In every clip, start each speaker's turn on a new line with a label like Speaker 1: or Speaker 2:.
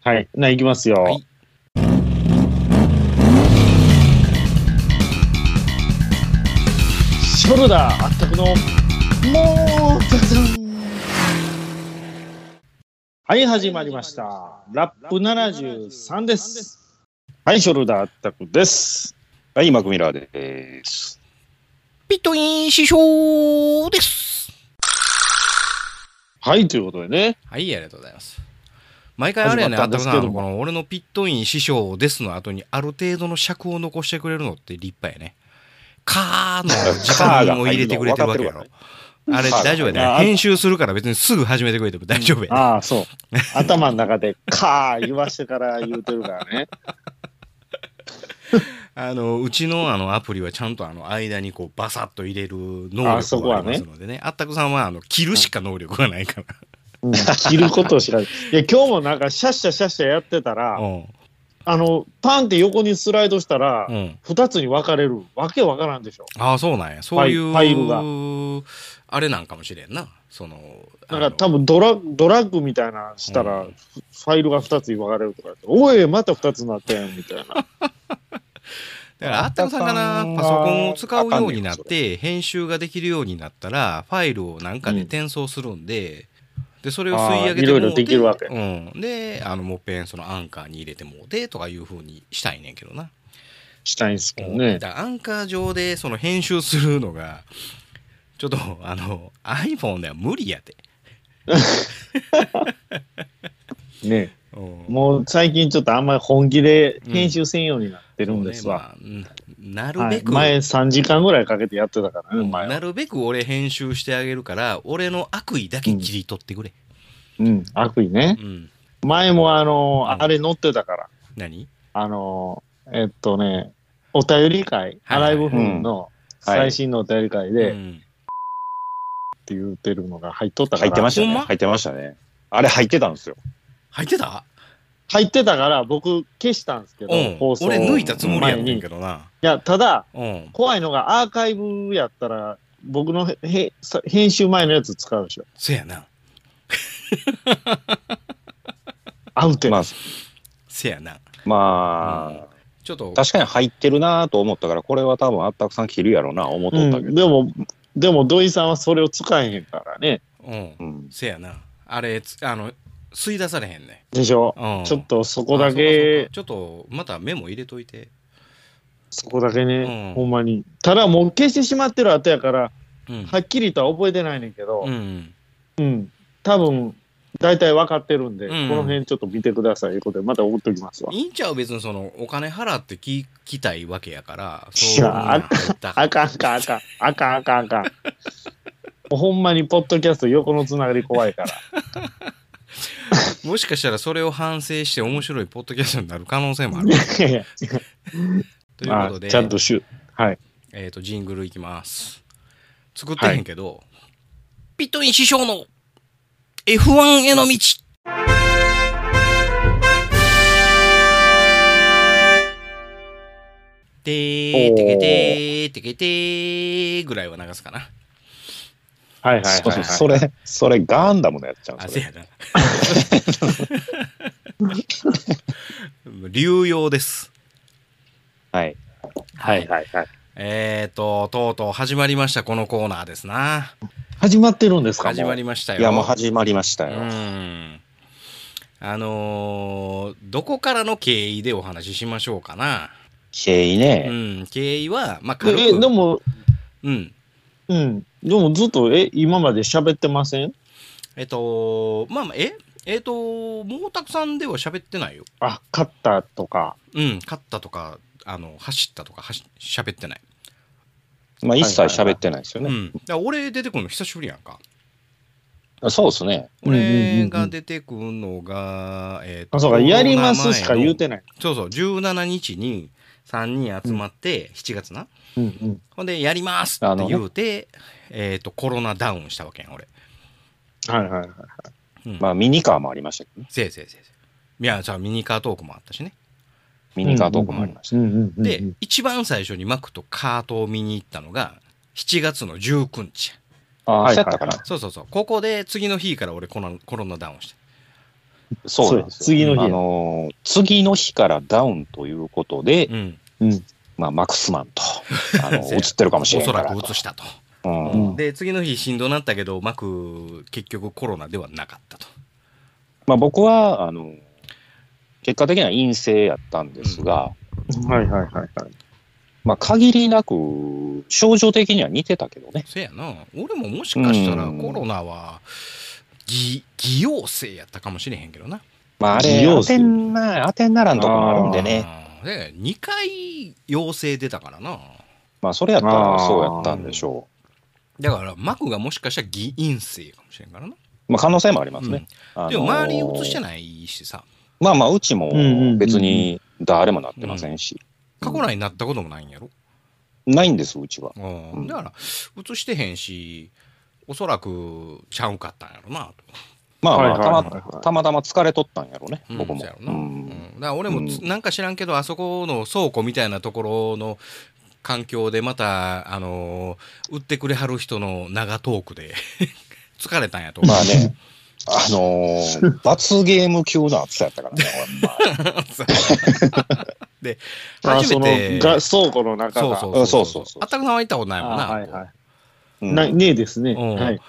Speaker 1: はい。な、いきますよ。
Speaker 2: はい
Speaker 1: ショルダーあったくの、もう、ザザンはい、始まりました。ラップ73です。はい、ショルダーあったくです。
Speaker 3: はい、マクミラーです。
Speaker 2: ピットイン師匠です。
Speaker 1: はい、ということでね。
Speaker 2: はい、ありがとうございます。毎回あれやね、
Speaker 1: 始ま
Speaker 2: あ
Speaker 1: ったんで
Speaker 2: たく
Speaker 1: す
Speaker 2: な
Speaker 1: け
Speaker 2: あ
Speaker 1: ど
Speaker 2: のこの俺のピットイン師匠ですの後にある程度の尺を残してくれるのって立派やね。カーの 時間を入れてくれてるわけやろ。あれ
Speaker 3: 分かって
Speaker 2: 大
Speaker 3: る
Speaker 2: 丈夫や
Speaker 3: わね
Speaker 2: ね
Speaker 1: あ。あ
Speaker 2: 編集するから別にすぐ始めてくれても大丈夫やね。
Speaker 1: ああ、そう。頭の中で、カー言わしてから言うてるからね。
Speaker 2: あのうちのあのアプリはちゃんとあの間にこうバサッと入れる能力
Speaker 1: あそこ
Speaker 2: があ
Speaker 1: はね
Speaker 2: りますのでねあったくさんはあの切るしか能力がないか
Speaker 1: うん、着ることしかない。いや、今日もなんか、シャッシャシャッシャやってた
Speaker 2: ら、
Speaker 1: ら、
Speaker 2: うん
Speaker 1: あの、パンって横にスライドしたら、
Speaker 2: うん、
Speaker 1: 二つに分かれる。わけわからんでしょ。
Speaker 2: ああそうなんやそういう
Speaker 1: ファイフ
Speaker 2: あれなんかもしれんなその
Speaker 1: なんか
Speaker 2: あの
Speaker 1: 多分ドラドラッグみたいなしたら、
Speaker 2: うん
Speaker 1: ファイルが2つに分かれるとか言って、おい、また2つになったやんみたい な。
Speaker 2: だからあったくさんがなパソコンを使うようになって編集ができるようになったらファイルをなんかで転送するんで、でそれを吸い上
Speaker 1: あ
Speaker 2: げて
Speaker 1: ーいろいろできるわけ
Speaker 2: うん、であのもっぺんそのアンカーに入れてもうてとかいうふうにしたいねんけどな
Speaker 1: したいんですけど
Speaker 2: うん
Speaker 1: ね。
Speaker 2: だからアンカー上でその編集するのがちょっとあの iPhone では無理やて、
Speaker 1: ね
Speaker 2: うん
Speaker 1: もう最近ちょっとあんまり本気で編集せんようになってるんですわ。
Speaker 2: そうねまあうんなる
Speaker 1: は
Speaker 2: べ
Speaker 1: い、
Speaker 2: く、
Speaker 1: 前3時間ぐらいかけてやってたからね、
Speaker 2: うん
Speaker 1: 前は
Speaker 2: なるべく俺編集してあげるから俺の悪意だけ切り取ってくれ、
Speaker 1: うん、悪意ね。
Speaker 2: うん、
Speaker 1: 前もあの、
Speaker 2: うん
Speaker 1: あれ乗ってたから、
Speaker 2: 何
Speaker 1: あの、えっとね、お便り会、
Speaker 2: はい
Speaker 1: ア
Speaker 2: はい
Speaker 1: ライブフーンの最新のお便り会で、
Speaker 2: う
Speaker 1: っ
Speaker 2: ん
Speaker 1: て言ってるのが入っとったか
Speaker 3: 入
Speaker 1: ら。
Speaker 3: ってました
Speaker 2: ほん
Speaker 3: ね。
Speaker 2: ま
Speaker 3: 入ってましたね。あれ入ってたんですよ。
Speaker 2: 入ってた
Speaker 1: 入ってたから僕消したんですけど、
Speaker 2: うん
Speaker 1: 放送
Speaker 2: 俺抜いたつもりや
Speaker 1: 前
Speaker 2: ね
Speaker 1: に
Speaker 2: ん
Speaker 1: い
Speaker 2: けどな
Speaker 1: やただ
Speaker 2: うん
Speaker 1: 怖いのがアーカイブやったら僕のへへさ編集前のやつ使うでしょ
Speaker 2: そやな
Speaker 1: アウト
Speaker 3: まあ、
Speaker 2: せやな
Speaker 3: ま
Speaker 2: ちょっと
Speaker 3: あ、確かに入ってるなと思ったから、これは多分あったくさん切るやろうな、思っとったけど。
Speaker 1: でもでも土井さんはそれを使えへんからね
Speaker 2: うん
Speaker 3: うん。
Speaker 2: せやなあれつあの吸い出されへんね
Speaker 1: でしょ、
Speaker 2: うん
Speaker 1: ちょっとそこだけ
Speaker 2: あそうかそうかちょっとまたメモ入れといて
Speaker 1: そこだけね、
Speaker 2: うん
Speaker 1: ほんまにただもう消してしまってる後やから
Speaker 2: うん
Speaker 1: はっきりとは覚えてないねんけど、
Speaker 2: うん
Speaker 1: 多分大体分かってるんで、
Speaker 2: うん
Speaker 1: この辺ちょっと見てくださいということでまた送っておきますわ
Speaker 2: いいんちゃう別にそのお金払って聞きたいわけやから
Speaker 1: いや
Speaker 2: んなん入った
Speaker 1: あかんあかんあかん。あかんあかんあかん。もうほんまにポッドキャスト横のつながり怖いから。
Speaker 2: もしかしたらそれを反省して面白いポッドキャストになる可能性もある。
Speaker 1: いやいや
Speaker 2: ということで、
Speaker 1: あちゃんとシュはい。
Speaker 2: えっ、と、ジングルいきます。作ってへんけど、ピットイン師匠の F1 への道。てーてけてーてけてーぐらいは流すかな。
Speaker 1: はいはいはい、
Speaker 3: そ
Speaker 1: は
Speaker 3: うそう
Speaker 1: い。
Speaker 3: それ、それガンダムのやっちゃうん
Speaker 2: あ、
Speaker 3: で
Speaker 2: せ
Speaker 3: すよ。
Speaker 2: やな。 流用です。
Speaker 3: はい。
Speaker 1: はいはいはい。
Speaker 2: えーと、とうとう始まりました、このコーナーですな。
Speaker 1: 始まってるんですか
Speaker 2: 始まりましたよ。
Speaker 3: いや、もう始まりました
Speaker 2: う
Speaker 3: よ。
Speaker 2: ん。あのーどこからの経緯でお話ししましょうかな。
Speaker 3: 経緯
Speaker 2: う
Speaker 3: ね。
Speaker 2: ん、経緯は、まあ、
Speaker 1: もう
Speaker 2: 軽く。
Speaker 1: え、でも、
Speaker 2: うん。
Speaker 1: うん。でもずっと、え、今まで喋ってません
Speaker 2: えっと、まあまあ、ええっと、毛沢さんでは喋ってないよ。
Speaker 1: あ、勝ったとか。
Speaker 2: うん、勝ったとか、あの、走ったとか、はし喋ってない。
Speaker 3: まあ、一切喋ってないですよ
Speaker 2: う
Speaker 3: ね。
Speaker 2: ん。だから俺出てくるの久しぶりやんか。
Speaker 3: そうですね。
Speaker 1: うんうんうん
Speaker 2: 俺が出てくるのが、えっと
Speaker 1: あ、そうか、やりますしか言う
Speaker 2: て
Speaker 1: てない。
Speaker 2: そうそう、17日に3人集まって、7月な。
Speaker 1: うんうん。
Speaker 2: ほんで、やりますっ
Speaker 3: あ
Speaker 2: て
Speaker 3: のね
Speaker 2: 言うて、えっ、と、コロナダウンしたわけやん、俺。
Speaker 1: はいはいはい。
Speaker 2: うん、
Speaker 3: まあ、ミニカーもありましたけどね。
Speaker 2: せいせいせいせい。いや、じゃあミニカートークもあったしね。
Speaker 3: ミニカートークもありました。
Speaker 1: うんうんうんうん。
Speaker 2: で、一番最初にマクとカートを見に行ったのが、7月の19日。
Speaker 3: あ
Speaker 1: は
Speaker 3: あ、
Speaker 1: い
Speaker 3: そうやったかな。
Speaker 2: そうそうそう。ここで、次の日から俺コロナ、コロナダウンした。
Speaker 3: そうなんですよ。
Speaker 1: 次の日
Speaker 3: あのー次の日からダウンということで、
Speaker 2: うん、
Speaker 3: まあ、マックスマンと、あの
Speaker 2: せや
Speaker 3: 映ってるかもし
Speaker 2: お
Speaker 3: れな
Speaker 2: そ
Speaker 3: いからら
Speaker 2: く
Speaker 3: と
Speaker 2: 移したと、
Speaker 3: うん
Speaker 1: ん
Speaker 2: で次の日しんどなったけどうまく結局コロナではなかったと、
Speaker 3: まあ、僕は、あの、結果的には陰性やったんですが、
Speaker 1: はいはいはいはい。
Speaker 3: まあ、限りなく、症状的には似てたけどね。
Speaker 2: せやな俺ももしかしたら
Speaker 3: うん
Speaker 2: コロナは偽偽陽性やったかもしれへんけどな
Speaker 3: まあ、あれ、
Speaker 1: 偽陽
Speaker 3: 当
Speaker 1: 性
Speaker 3: てんな、当てんならんとこもあるんでね。
Speaker 2: うんで2回陽性出たからな
Speaker 3: まあ、それやったらそうやったんでしょ
Speaker 2: だから幕がもしかしたら偽陰性かもしれんからな、
Speaker 3: う。まあ、可能性もありますね。
Speaker 2: う
Speaker 3: あ
Speaker 2: ん
Speaker 3: の
Speaker 2: でも周り映してないしさ
Speaker 3: まあまあ、うち
Speaker 1: うんうんうんう
Speaker 3: も
Speaker 1: ん
Speaker 3: 別に誰もなってませんし。
Speaker 2: 過去来になったこともないんやろ、
Speaker 3: ないんです、うちは。
Speaker 2: うん
Speaker 3: うん
Speaker 2: だから映してへんしおそらくちゃうかったんやろなと
Speaker 3: まあまあ、
Speaker 1: はい
Speaker 3: た
Speaker 1: はい
Speaker 3: ま
Speaker 1: はいはい
Speaker 3: たまたま疲れとったんやろね、
Speaker 2: うん
Speaker 3: 僕も
Speaker 2: そうや。ろ
Speaker 3: う
Speaker 2: な、うん
Speaker 3: ん
Speaker 2: だから俺もつ、
Speaker 3: う
Speaker 2: なんか知らんけどあそこの倉庫みたいなところの環境でまたあのー売ってくれはる人の長トークで 疲れたんやと思う
Speaker 3: ま あね、あのー、罰ゲーム級の暑さやっ たからね、
Speaker 2: で
Speaker 1: あ
Speaker 2: 初
Speaker 1: その
Speaker 2: めて
Speaker 1: が倉庫の中が。
Speaker 2: そう
Speaker 3: 俺はうんそうそうそう
Speaker 2: あ。ったくさんは行ったことないもんな
Speaker 1: あはいはい。
Speaker 3: うん
Speaker 1: ないねえですね。
Speaker 2: うん
Speaker 1: はい。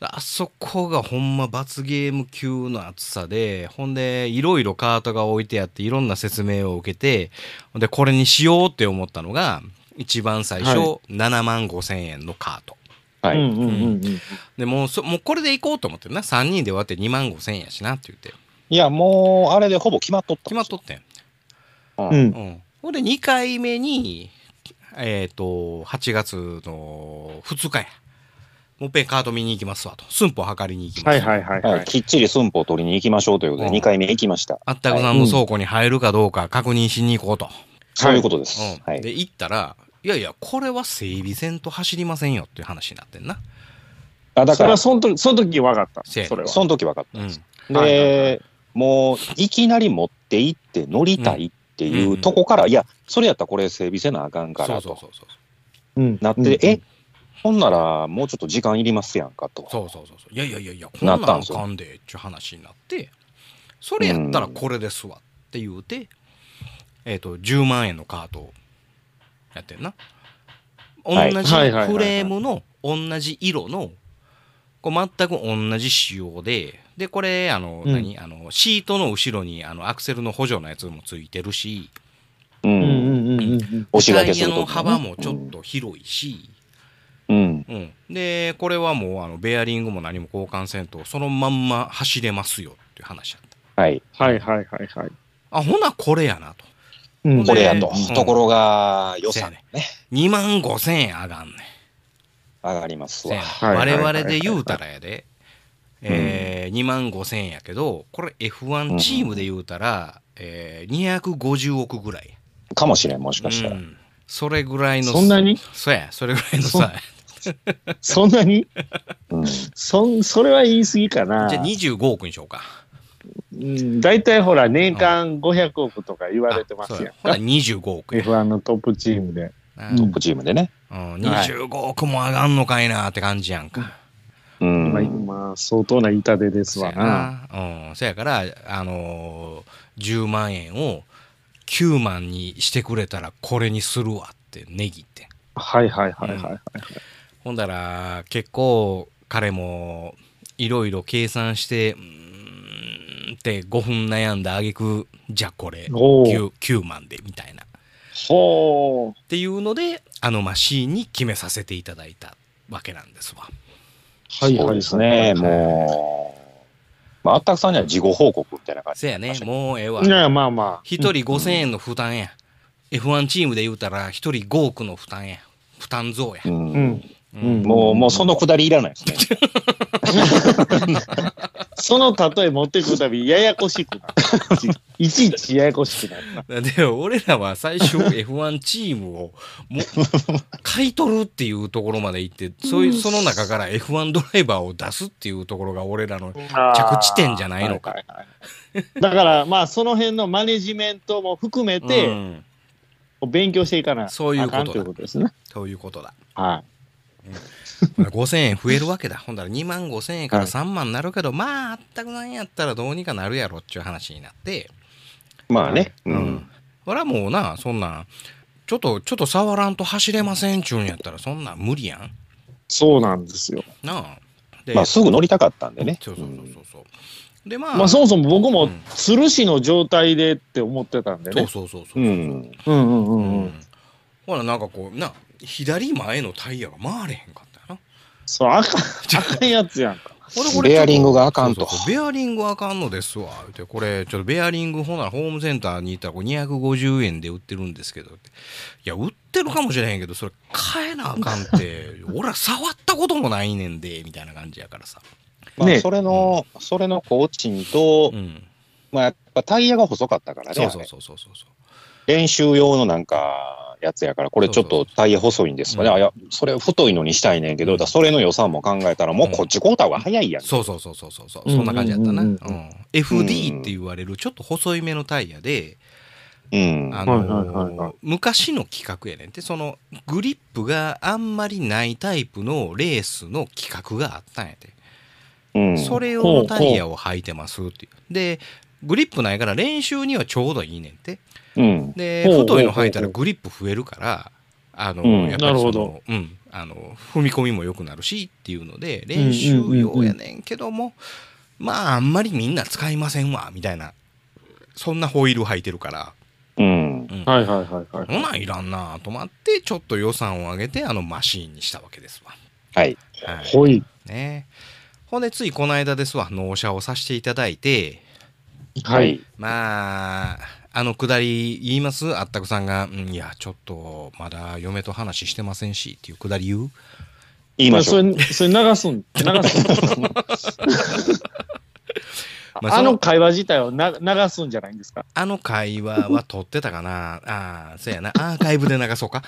Speaker 2: あそこがほんま罰ゲーム級の暑さで、ほんで、いろいろカートが置いてあって、いろんな説明を受けて、ほんで、これにしようって思ったのが、一番最初、
Speaker 1: は
Speaker 2: 7万5千円のカート。
Speaker 3: は
Speaker 1: うん
Speaker 3: い。
Speaker 1: うんうんうん。
Speaker 2: で、もうそ、もうこれで行こうと思ってな、3人で終わって2万5千円やしなって言って、
Speaker 3: いや、もう、あれでほぼ決まっとった。
Speaker 2: 決まっとってん。
Speaker 3: う。
Speaker 1: うんん。
Speaker 2: うん。ほんで、2回目に、えっ、と、8月の2日や。もう一遍カート見に行きますわと。寸法測りに行きます。
Speaker 1: はいはいはい
Speaker 3: は、
Speaker 1: はいい。
Speaker 3: きっちり寸法取りに行きましょうということ
Speaker 2: う
Speaker 3: で、
Speaker 2: ん
Speaker 3: 2回目行きました。
Speaker 2: あったくさんの倉庫に入るかどうか確認しに行こうと。
Speaker 3: そういうことです。
Speaker 2: うん
Speaker 3: はい。
Speaker 2: で行ったらいやいやこれは整備線と走りませんよっていう話になってんな、
Speaker 3: あ、だ
Speaker 1: そ
Speaker 3: か
Speaker 1: れ
Speaker 3: ら
Speaker 1: は、その時、その時分かった。
Speaker 2: せや
Speaker 1: それは。
Speaker 3: その時分かっ
Speaker 2: うん、
Speaker 3: た。
Speaker 1: はいはいは
Speaker 3: で、もう、いきなり持って行って乗りたいっていうとこから、いや、それやったらこれ整備せなあかんか
Speaker 2: そう
Speaker 3: ら
Speaker 2: そう
Speaker 3: と
Speaker 2: そうそう
Speaker 1: うん
Speaker 3: なって、え、ほんなら、もうちょっと時間いりますやんかと。
Speaker 2: そうそうそうそういやいやいやいやこんなん
Speaker 3: なったんすよ
Speaker 2: かんでっちゅう話になってそれやったらこれですわって言うて、えっ、と10万円のカートをやってんな同
Speaker 3: はい
Speaker 2: じフレームの同じ色のこう全く同じ仕様ででこれあの、
Speaker 1: うん
Speaker 2: 何あのシートの後ろにあのアクセルの補助のやつもついてるし
Speaker 3: う
Speaker 1: うんうん
Speaker 3: ん。
Speaker 1: うんうんうん。
Speaker 3: 押し
Speaker 2: タ
Speaker 3: 掛け
Speaker 2: イ
Speaker 3: す
Speaker 2: ヤ
Speaker 3: るとき
Speaker 2: の
Speaker 3: ね
Speaker 2: 幅もちょっ。と広いし、
Speaker 3: うん。
Speaker 2: うん、でこれはもうあのベアリングも何も交換せんとそのまんま走れますよっていう話だった
Speaker 3: はい。
Speaker 1: はいはいはいはい。
Speaker 2: あほなこれやなと
Speaker 1: うん
Speaker 3: これやと
Speaker 2: うん。
Speaker 3: ところが、予算ね、
Speaker 2: 2万5千円上がんねん
Speaker 3: 上がります
Speaker 2: せ
Speaker 3: わ
Speaker 2: や。
Speaker 1: いはいはいはい
Speaker 2: 我々で言うたらやで、えー2万5千円やけどこれ F1 チームで言うたら、えー250億ぐらい、
Speaker 3: かもしれん、もしかした
Speaker 2: う
Speaker 3: ら。
Speaker 2: んそれぐらいの
Speaker 1: そんな に
Speaker 2: そうやそれぐらいのさ
Speaker 1: そんなに
Speaker 3: うん
Speaker 1: そん、それは言い過ぎかな
Speaker 2: じゃあ。25億にしようか
Speaker 1: うん大体ほら、年間500億とか言われてます
Speaker 2: そう
Speaker 1: や
Speaker 2: や
Speaker 1: ん
Speaker 2: ほら
Speaker 1: か。
Speaker 2: 25億や、
Speaker 1: F1 のトップチームで。
Speaker 2: な
Speaker 1: うん
Speaker 3: トップチームでね。
Speaker 2: うん、25億も上がんのかいなって感じやんか。
Speaker 3: う
Speaker 1: まあ、
Speaker 3: ん。
Speaker 1: まあ、相当な痛手ですわな。
Speaker 2: そやなうん。そやから、あのー10万円を9万にしてくれたらこれにするわってネギって。
Speaker 1: はいはいはいはい。
Speaker 2: ほんだら、結構彼もいろいろ計算して、うーんって5分悩んだ挙句じゃあこれ
Speaker 1: おー
Speaker 2: 9, 9万でみたいな。っ
Speaker 1: ほう。
Speaker 2: ていうので、あのマシーンに決めさせていただいたわけなんですわ。
Speaker 1: はいはい
Speaker 3: そうですね、もう。まあ、あったくさんには事後報告みたいな感じ。
Speaker 2: せやね、もうええわ
Speaker 1: い。や、まあま
Speaker 2: 一人5000円の負担や。F1 チームで言うたら、一人5億の負担や。負担増や
Speaker 3: う。
Speaker 1: あ。
Speaker 3: ん
Speaker 1: うん。うん
Speaker 3: もう、もうそのくだりいらないですね。
Speaker 1: その例え持ってくるたび、ややこしくなる。 いちいちややこしくなるな。
Speaker 2: で、俺らは最初 F1 チームをも買い取るっていうところまで行って、そういう、その中から F1 ドライバーを出すっていうところが俺らの、着地点じゃないのか
Speaker 1: はははいだから、まあ、その辺のマネジメントも含め
Speaker 2: う
Speaker 1: て、
Speaker 2: ん
Speaker 1: 勉強していかな
Speaker 2: そういうこ
Speaker 1: あ
Speaker 2: とだ
Speaker 1: かんということですね。
Speaker 2: ということだ。
Speaker 1: は
Speaker 2: ほんなら5000円増えるわけだ。ほんだら2万5000円から
Speaker 3: はい
Speaker 2: 3万になるけど、まあ、あったくなんやったらどうにかなるやろっていう話になって、
Speaker 3: まあね。う。
Speaker 2: うんん。俺はもうな、そんなん、ちょっと、ちょっと触らんと走れませんちゅうんやったら、そんなん無理やん。
Speaker 1: そうなんですよ。
Speaker 2: なあ。で
Speaker 3: まあ、すぐ乗りたかったんでね。
Speaker 2: そうそうそうそうそう。で、まあ、
Speaker 1: まあそもそも僕
Speaker 2: う
Speaker 1: も
Speaker 2: ん
Speaker 1: 吊るしの状態でって思ってたんで
Speaker 2: そう
Speaker 1: ね。
Speaker 2: そうそうそうう。
Speaker 3: ん。
Speaker 1: うんうんうん
Speaker 2: う
Speaker 1: うん。
Speaker 2: んほら、なんかこう、な、左前のタイヤが回れへんかったよな。
Speaker 1: そう、あかん、あかんやつやんか。
Speaker 2: ほんでこれ
Speaker 3: ベアリングがあかんと
Speaker 2: そうそうそうベアリングあかんのですわ。で、これ、ちょっとベアリング、ほんならホームセンターに行ったらこれ250円で売ってるんですけどって。いや、売ってるかもしれへんけど、それ買えなあかんって、 俺は触ったこともないねんで、みたいな感じやからさ。
Speaker 3: まあ、
Speaker 1: ね
Speaker 3: それの、それの工賃と
Speaker 2: う、ん。
Speaker 3: まあ、やっぱタイヤが細かったからね。
Speaker 2: そう
Speaker 3: あ
Speaker 2: そう
Speaker 3: れ
Speaker 2: そうそうそうそう。
Speaker 3: 練習用のなんか、やつやから、これちょっ
Speaker 2: そう
Speaker 3: とタイヤ細いんですかね。
Speaker 2: うん
Speaker 3: あ、いや、それ太いのにしたいねんけど、だからそれの予算も考えたら、もうこっち買うた方が早いやん。
Speaker 2: そうそうそうそうそうそう、
Speaker 1: うん
Speaker 2: そんな感じやったな、う
Speaker 1: うんんうんうん
Speaker 2: FD って言われるちょっと細いめのタイヤで、
Speaker 3: うん。
Speaker 2: あの
Speaker 1: はいはいはいはい
Speaker 2: 昔の企画やねんってそのグリップがあんまりないタイプのレースの企画があったんやて、
Speaker 3: うん。
Speaker 2: それ用のタイヤを履いてますっていうでグリップないから練習にはちょうどいいねんって
Speaker 3: うん。
Speaker 2: で
Speaker 1: ほう
Speaker 2: 太いの履いたら
Speaker 1: ほう
Speaker 2: グリップ増えるからあの、
Speaker 3: うん
Speaker 2: やっぱりそ
Speaker 1: なるほ
Speaker 2: の、うん、あの踏み込みも良くなるしっていうので練習用やねんけども、まああんまりみんな使いませんわみたいなそんなホイール履いてるから
Speaker 3: うん。
Speaker 1: はいはいはいはい。
Speaker 2: ほないらんなと思ってちょっと予算を上げてあのマシーンにしたわけですわ。
Speaker 3: はい。
Speaker 2: はい
Speaker 1: ほい。
Speaker 2: ね、ほんでついこの間ですわ納車をさせていただいて
Speaker 3: は
Speaker 1: はいい。
Speaker 2: まあ、あのくだり言いますあったくさんが、うん、いや、ちょっと、まだ嫁と話してませんし、っていうくだり言う
Speaker 3: 言いまし
Speaker 1: そ
Speaker 3: ょ。
Speaker 1: うれ、それ流すん、流すん。
Speaker 2: まあ
Speaker 1: あ
Speaker 2: そ
Speaker 1: の
Speaker 2: の
Speaker 1: 会話自体をな流すんじゃないんですか。
Speaker 2: あの会話は撮ってたかなああ、そうやな。アーカイブで流そうか。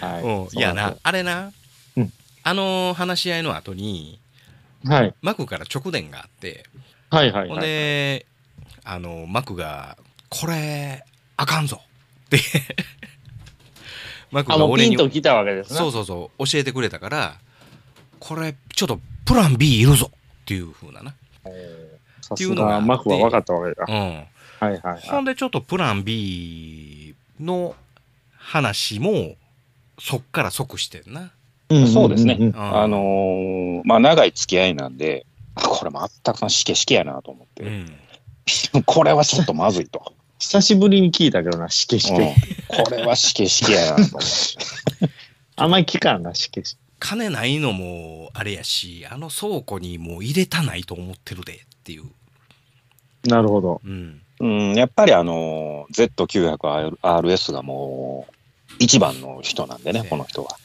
Speaker 1: は
Speaker 2: うん、いやな。、あれな。
Speaker 1: うん
Speaker 2: あの話し合いの後に、
Speaker 1: はい。
Speaker 2: マクから直伝があって、
Speaker 1: はいはい
Speaker 2: ほん
Speaker 1: はい。
Speaker 2: で、あの、マクが、これ、あかんぞって、マク
Speaker 1: あ、
Speaker 2: が
Speaker 1: もう
Speaker 2: 俺
Speaker 1: ピン
Speaker 2: に
Speaker 1: と来たわけですね。
Speaker 2: そうそうそう教えてくれたからこれちょっとプラン B いるぞっていう風なな、
Speaker 1: さ
Speaker 2: てい
Speaker 1: す
Speaker 2: うのがあ
Speaker 1: が
Speaker 2: って
Speaker 1: マクは分かったわけだ
Speaker 2: う。ん、
Speaker 1: はいはいはい。
Speaker 2: ほんでちょっとプラン B の話もそっから即してんな、
Speaker 3: んそうですね
Speaker 1: んんん
Speaker 2: うん
Speaker 3: あのーまあ、長い付き合いなんで、あこれもあったくさんしけしけやなと思っ
Speaker 2: う
Speaker 3: て、
Speaker 2: ん、
Speaker 3: これはちょっとまずい と。
Speaker 1: 久しぶりに聞いたけどな、しけし
Speaker 3: うん
Speaker 1: け。
Speaker 3: これはしけしけやなと思って。
Speaker 1: あんまり聞かんな、しけし
Speaker 2: 金ないのもあれやしあの倉庫にもう入れたないと思ってるでっていう、
Speaker 1: け。なるほど。
Speaker 2: うん、
Speaker 3: うん、やっぱりあのー、Z900RS がもう、一番の人なんでね
Speaker 2: ね、
Speaker 3: この人は。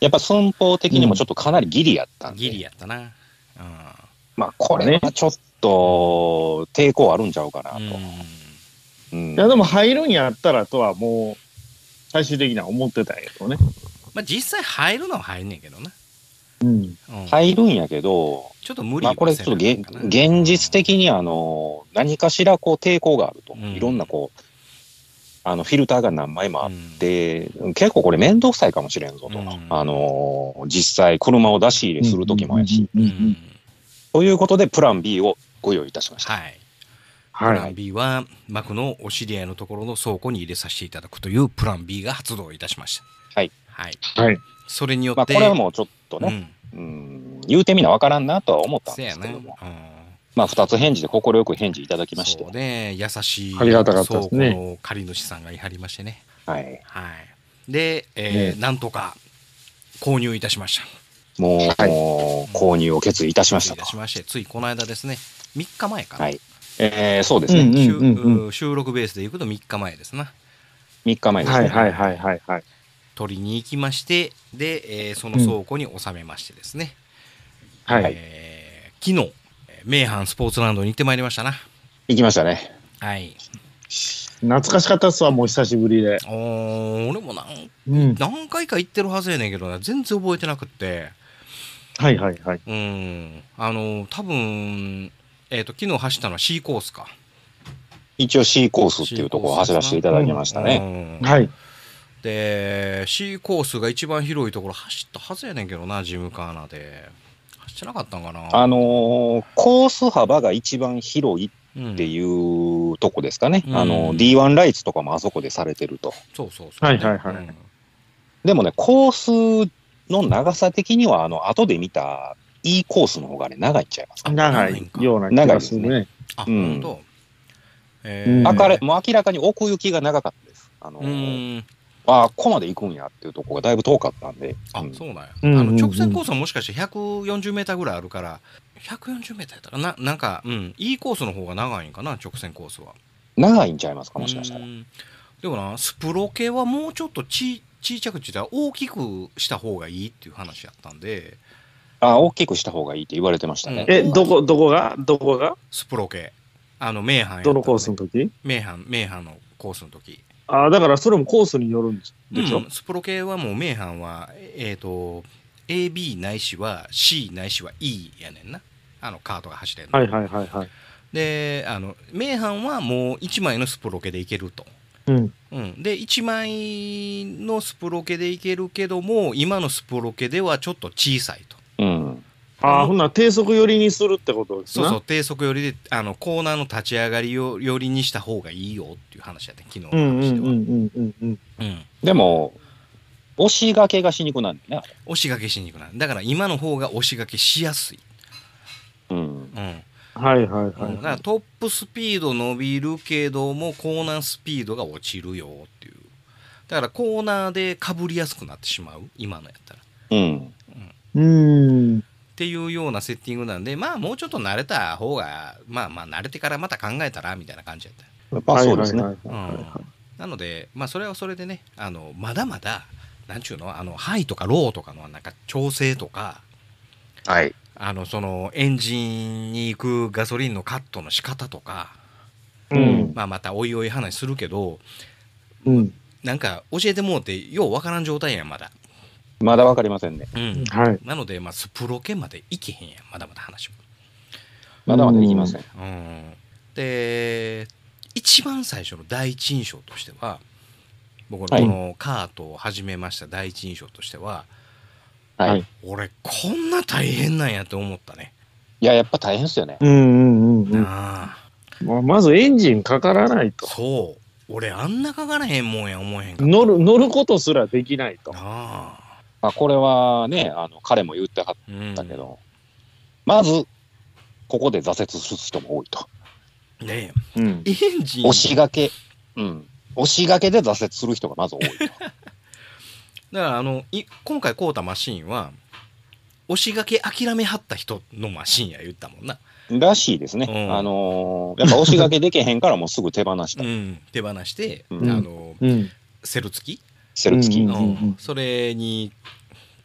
Speaker 3: やっぱ寸法的にもちょっとかなりギリやったんで、
Speaker 2: ギリやったな、
Speaker 3: まあ、これはちょっと抵抗あるんちゃうかな
Speaker 2: うん、
Speaker 3: と。うん
Speaker 1: いや、でも入るんやったらとはもう、最終的には思ってたんやけどね。
Speaker 2: まあ実際入るのは入んねんけどな、
Speaker 1: うん。
Speaker 2: うん
Speaker 3: 入るんやけど、
Speaker 2: ちょっと無理
Speaker 3: まあ、
Speaker 2: は
Speaker 3: これちょっと
Speaker 2: せなあ
Speaker 3: 現
Speaker 2: かんかな
Speaker 3: 現実的にあのー、何かしらこう抵抗があると。
Speaker 2: うん
Speaker 3: いろんなこう、あの、フィルターが何枚もあっ
Speaker 2: うん
Speaker 3: で、結構これ面倒くさいかもしれんぞと。
Speaker 2: うん
Speaker 3: あのー実際車を出し入れするときもやし。
Speaker 1: うん
Speaker 2: う
Speaker 1: うんんうん。
Speaker 3: ということで、プラン B をご用意いたしました。
Speaker 2: はい。プラ
Speaker 1: は
Speaker 2: ン
Speaker 1: い。
Speaker 2: B は、マクのお知り合いのところの倉庫に入れさせていただくというプラン B が発動いたしました。
Speaker 3: はい。
Speaker 2: はい。
Speaker 1: はい。
Speaker 2: それによ
Speaker 3: ま
Speaker 2: っ
Speaker 3: あ、こ
Speaker 2: て、
Speaker 3: れはもうちょっと
Speaker 2: う
Speaker 3: ね、
Speaker 2: ん、
Speaker 3: うん、言うてみなわからんなとは思ったん
Speaker 2: せ
Speaker 3: で
Speaker 2: や
Speaker 3: すけ
Speaker 2: ね。
Speaker 3: ど
Speaker 2: う
Speaker 3: も、
Speaker 2: ん
Speaker 3: まあ、二つ返事で快く返事いただきまして
Speaker 2: そう、ね、優しい
Speaker 1: ありが
Speaker 2: 倉庫
Speaker 1: たかったですね
Speaker 2: の借り主さんがいはりましてね。
Speaker 3: はい。
Speaker 2: はい。で、えー
Speaker 1: ね
Speaker 2: なんとか購入いたしました。
Speaker 3: もう、
Speaker 1: はい
Speaker 3: もう購入を決意いたしました
Speaker 2: い
Speaker 3: と
Speaker 2: た。しまして、ついこの間ですね、3日前かな。
Speaker 3: はい。えー、そうですね、
Speaker 1: うん
Speaker 2: 収
Speaker 1: うん
Speaker 2: 収録ベースでいくと3日前ですな。
Speaker 3: 3日前です
Speaker 1: は
Speaker 3: ね。
Speaker 1: いはいはいはいはい。
Speaker 2: 取りに行きまして、で、えーその倉庫に収めましてですね。
Speaker 1: はい。
Speaker 2: えー昨日、えー名阪スポーツランドに行ってまいりましたな。
Speaker 3: 行きましたね。
Speaker 2: はい。
Speaker 1: 懐かしかったっすわ、もう久しぶりで。
Speaker 2: おー俺も何
Speaker 1: うん。
Speaker 2: 何回か行ってるはずやねんけどな、全然覚えてなくって。
Speaker 1: はいはいはい。
Speaker 2: うん。あの、多分、えっ、と、昨日走ったのは C コースか。
Speaker 3: 一応 C コースっていうところを走らせていただきましたね。
Speaker 2: うん
Speaker 1: はい。
Speaker 2: で C コースが一番広いところ走ったはずやねんけどなジムカーナで走ってなかったんかな
Speaker 3: あのーコース幅が一番広い
Speaker 2: うん
Speaker 3: っていうとこですかね、
Speaker 2: うん
Speaker 3: あの D1 ライツとかもあそこでされてると。
Speaker 2: そうそうそう、
Speaker 1: はいはいはい
Speaker 2: うん
Speaker 3: でもね、コースの長さ的には、あの後で見た E コースの方がね、長いんちゃいますか。
Speaker 1: 長いような気がするね。
Speaker 2: あ、
Speaker 3: うん
Speaker 2: 本当。え
Speaker 1: うん
Speaker 3: 明
Speaker 1: 赤
Speaker 3: れもう明らかに奥行きが長かったです。あの
Speaker 2: うーん。
Speaker 3: ああ、ここまで行くんやっていうとこがだいぶ遠かったんで。
Speaker 2: あ
Speaker 3: う、ん
Speaker 2: そうなんや。あ
Speaker 1: うんうんうん
Speaker 2: の直線コースはもしかして140メーターぐらいあるから、140メーターやったらな、なんか、うん、いいコースの方が長いんかな、直線コースは。
Speaker 3: 長いんちゃいますか、もしかした
Speaker 2: う
Speaker 3: ら。
Speaker 2: んでもな、スプロ系はもうちょっとち、小さくちだ大きくした方がいいっていう話やったんで、
Speaker 3: ああ、大きくした方がいいって言われてましたね。
Speaker 1: え、どこ、どこがどこが
Speaker 2: スプロ系。あの、名阪やったんで
Speaker 1: どのコースの時
Speaker 2: 名阪、名阪のコースの時。
Speaker 1: あだからそれもコースによるんでしょ、
Speaker 2: うん、スプロ系はもう名阪はえっ、と AB ないしは C ないしは E やねんなあのカートが走ってんの、
Speaker 1: はいはいはいはい。
Speaker 2: であの名阪はもう1枚のスプロケでいけると、
Speaker 1: うん。
Speaker 2: うん、で1枚のスプロケでいけるけども今のスプロケではちょっと小さいと
Speaker 3: うん。
Speaker 1: ああ、ほんなら低速寄りにするってことです
Speaker 2: そ
Speaker 1: ね。
Speaker 2: うそう低速寄りであのコーナーの立ち上がりを寄りにした方がいいよっていう話やった昨日の
Speaker 1: うんうん
Speaker 2: 話
Speaker 1: うん
Speaker 2: では、
Speaker 1: うんうんうん。
Speaker 2: うん
Speaker 3: でも、押し掛けがしにくなんでね。
Speaker 2: 押し掛けしにくくなるだから今の方が押し掛けしやすい、
Speaker 3: うん。
Speaker 2: うん、
Speaker 1: はいはいはい。
Speaker 2: うんだからトップスピード伸びるけどもコーナースピードが落ちるよっていうだからコーナーでかぶりやすくなってしまう今のやったらっ
Speaker 3: うん。
Speaker 1: うーん。
Speaker 2: ていうようなセッティングなんでまあもうちょっと慣れた方がまあまあ慣れてからまた考えたらみたいな感じやった
Speaker 3: まあそうですね
Speaker 1: はいはいはいはい
Speaker 2: うんなのでまあそれはそれでねあのまだまだなんちゅうのあのハイとかローとかのなんか調整とか
Speaker 3: はい。
Speaker 2: あのそのエンジンに行くガソリンのカットの仕方とか
Speaker 1: う
Speaker 3: うんん。
Speaker 2: まあまたおいおい話するけど
Speaker 1: うん。
Speaker 2: なんか教えてもうてようわからん状態やんまだ、
Speaker 3: まだわかりませんね。
Speaker 2: うん、
Speaker 1: はい。
Speaker 2: なので、まあ、スプロケまで行けへんやんまだまだ話も、
Speaker 3: まだまだできません。
Speaker 2: うん、で一番最初の第一印象としては僕の
Speaker 3: はい
Speaker 2: このカートを始めました第一印象としては、
Speaker 3: はい。
Speaker 1: はい
Speaker 3: い、
Speaker 2: 俺こんな大変なんやって思ったね、
Speaker 3: や、やっぱ大変ですよね。
Speaker 1: うんうんうんうん
Speaker 2: なあ
Speaker 1: まあ。まずエンジンかからないと。
Speaker 2: そう俺あんなかからへんもんや思えへんかった
Speaker 1: 乗る、乗ることすらできないと
Speaker 2: な。あ、
Speaker 3: まあこれはね、あの、彼も言ってはっ
Speaker 2: うん、
Speaker 3: だけど、まず、ここで挫折する人も多いと。
Speaker 2: ね
Speaker 1: うん。
Speaker 2: えエンジン
Speaker 3: 押し掛け、うん。押し掛けで挫折する人がまず多いと。
Speaker 2: だからあのい今回買うたマシンは押し掛け諦めはった人のマシンや言ったもんな、
Speaker 3: らしいですね。
Speaker 2: うん
Speaker 3: あのーやっぱ押し掛けでけへんからもうすぐ手放した。
Speaker 2: 手放して、
Speaker 3: うん
Speaker 2: あの
Speaker 1: うん。
Speaker 2: セル付き、
Speaker 3: セル付き。
Speaker 1: う
Speaker 3: うんん
Speaker 1: うんうん
Speaker 2: それに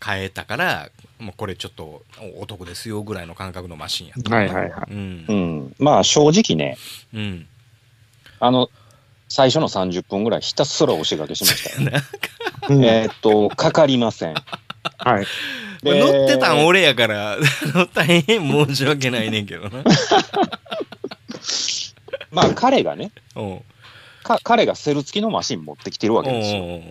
Speaker 2: 変えたからもうこれちょっとおお得ですよぐらいの感覚のマシンやったもん
Speaker 1: はい
Speaker 2: な
Speaker 1: はいは
Speaker 2: うん
Speaker 3: まあ正直ね、
Speaker 2: うん
Speaker 3: あの、最初の30分ぐらいひたすら押し掛けしましたよ。
Speaker 1: い。うん
Speaker 3: えーっと、かかりません。
Speaker 1: はい。
Speaker 3: で
Speaker 2: 乗ってたん俺やからあ の大変申し訳ないねんけど な
Speaker 3: まあ彼がね、
Speaker 2: おう
Speaker 3: か彼がセル付きのマシン持ってきてるわけですよ。
Speaker 2: お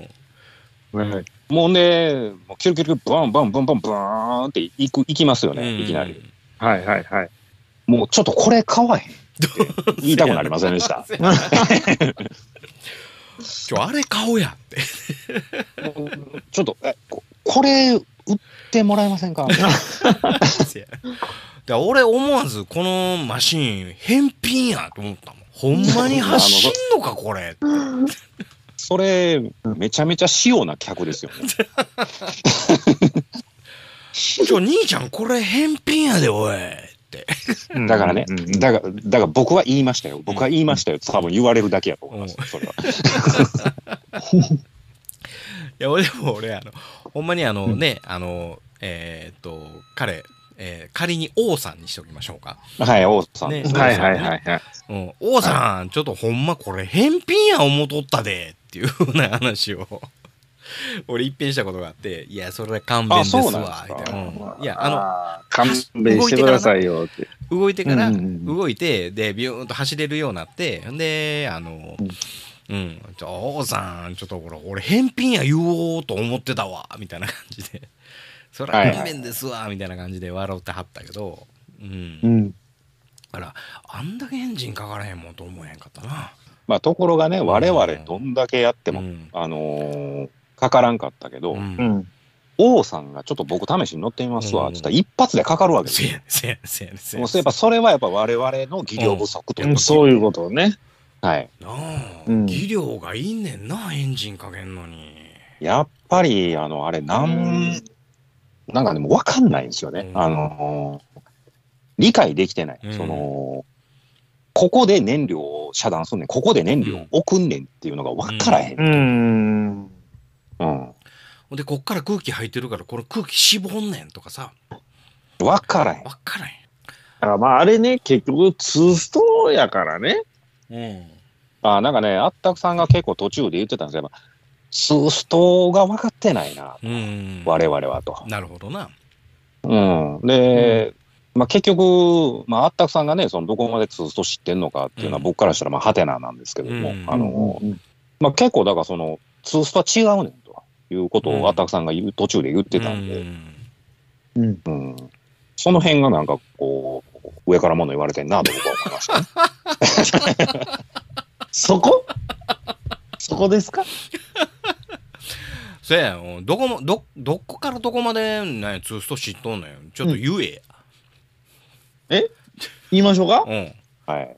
Speaker 2: う
Speaker 1: はい。
Speaker 3: もうね、もうキュルキュルキュル、バンバンバンバンバーンっていく、いきますよ
Speaker 2: おううん
Speaker 3: ね、いきなり。
Speaker 1: はいはい はい。
Speaker 3: もうちょっとこれ買わへんって言いたくなりません でした。
Speaker 2: ちょあれ顔やって
Speaker 3: もうちょっと、えここれ売ってもらえませんか
Speaker 2: せやで俺思わずこのマシン返品やと思ったもんほんまに走んのかこれ
Speaker 3: それ、めちゃめちゃ仕様な客ですよね。
Speaker 2: ちょ兄ちゃんこれ返品やでおいって
Speaker 3: だからね
Speaker 1: うんうん、
Speaker 3: だが、だが僕は言いましたよ。僕は言いましたよ。多分言われるだけやと思います。それは。
Speaker 2: いや俺でも俺あのほんまにあの
Speaker 1: うん
Speaker 2: ね、あのえーっと彼、えー仮に王さんにしておきましょうか、
Speaker 3: はい、王さん。
Speaker 2: ね
Speaker 1: はいはいはいはい。
Speaker 2: うん、王さん、ちょっとほんまこれ返品や思うとったでっていうふうな話を 俺一変したことがあっていやそれは勘弁ですわ
Speaker 3: あそうなんですか
Speaker 2: みたいなうんいやあの
Speaker 1: の、勘弁してくださいよって。
Speaker 2: 動いてから
Speaker 1: うんうんうん
Speaker 2: 動いてでビューンと走れるようになってんであの、
Speaker 1: うん
Speaker 2: うん。ちょ、王さん、ちょっとこれ、俺、返品や言おうと思ってたわ、みたいな感じで。 そ
Speaker 3: は
Speaker 2: ら、
Speaker 3: い
Speaker 2: 不便ですわ、みたいな感じで笑ってはったけど、うん。
Speaker 3: う
Speaker 2: だ
Speaker 3: ん。
Speaker 2: から、あんだけエンジンかからへんもんと思えへんかったな。
Speaker 3: まあ、ところがね、我々どんだけやって
Speaker 2: で
Speaker 3: も、
Speaker 2: うん。
Speaker 3: あのーかからんかったけど、
Speaker 2: うん
Speaker 1: うん。
Speaker 3: 王さんがちょっと僕試しに乗ってみますわ、
Speaker 2: うん
Speaker 3: つったら一発でかかるわけです
Speaker 2: せ
Speaker 3: よ。
Speaker 2: やねせやねせやねせや
Speaker 3: も
Speaker 2: ね
Speaker 3: うそういえば、それはやっぱ我々の技量不足という
Speaker 1: うん
Speaker 3: か、
Speaker 1: そういうことね。
Speaker 3: はい。
Speaker 2: なあ、
Speaker 1: うん
Speaker 2: 技量がいいねんな、エンジンかけんのに。
Speaker 3: やっぱり、あの、あれ、なん、なんかでも分かんないんですよね。
Speaker 2: うん
Speaker 3: あのー理解できてない。
Speaker 2: うん
Speaker 3: その、ここで燃料を遮断すんねん、ここで燃料を置くんねんっていうのが分からへ
Speaker 1: う
Speaker 3: ん。
Speaker 1: ーん。
Speaker 3: うん。
Speaker 2: ほんで、こっから空気入ってるから、この空気絞んねんとかさ、
Speaker 3: 分からへん。
Speaker 2: わからへ
Speaker 1: だからまああれね、結局ツーストやからね。
Speaker 2: ん。
Speaker 3: あなんかね、あったくさんが結構途中で言ってたんですけど、スーストが分かってないな、
Speaker 2: うん。うん。
Speaker 3: 我々はと。
Speaker 2: なるほどな。
Speaker 3: うん。で、まあ、結局、まあ、あったくさんがね、そのどこまでツースト知ってんのかっていうのは
Speaker 2: うん
Speaker 3: 僕からしたら、まあ、ハテナなんですけども、
Speaker 2: うん
Speaker 3: あの、
Speaker 1: うん
Speaker 3: まあ、結構だからその、ツーストは違うねんということ
Speaker 2: うん
Speaker 3: をあったくさんが言う途中で言ってたん
Speaker 2: う
Speaker 3: で、
Speaker 2: ん
Speaker 1: うん。
Speaker 3: うん。その辺がなんかこう、上から物言われてんなと僕は思いましたね。
Speaker 1: そこそこですか
Speaker 2: せやよどこもどどこからどこまでねツースト知っとんのよちょっと言え
Speaker 1: 言いましょうか
Speaker 2: や、うん
Speaker 3: はい。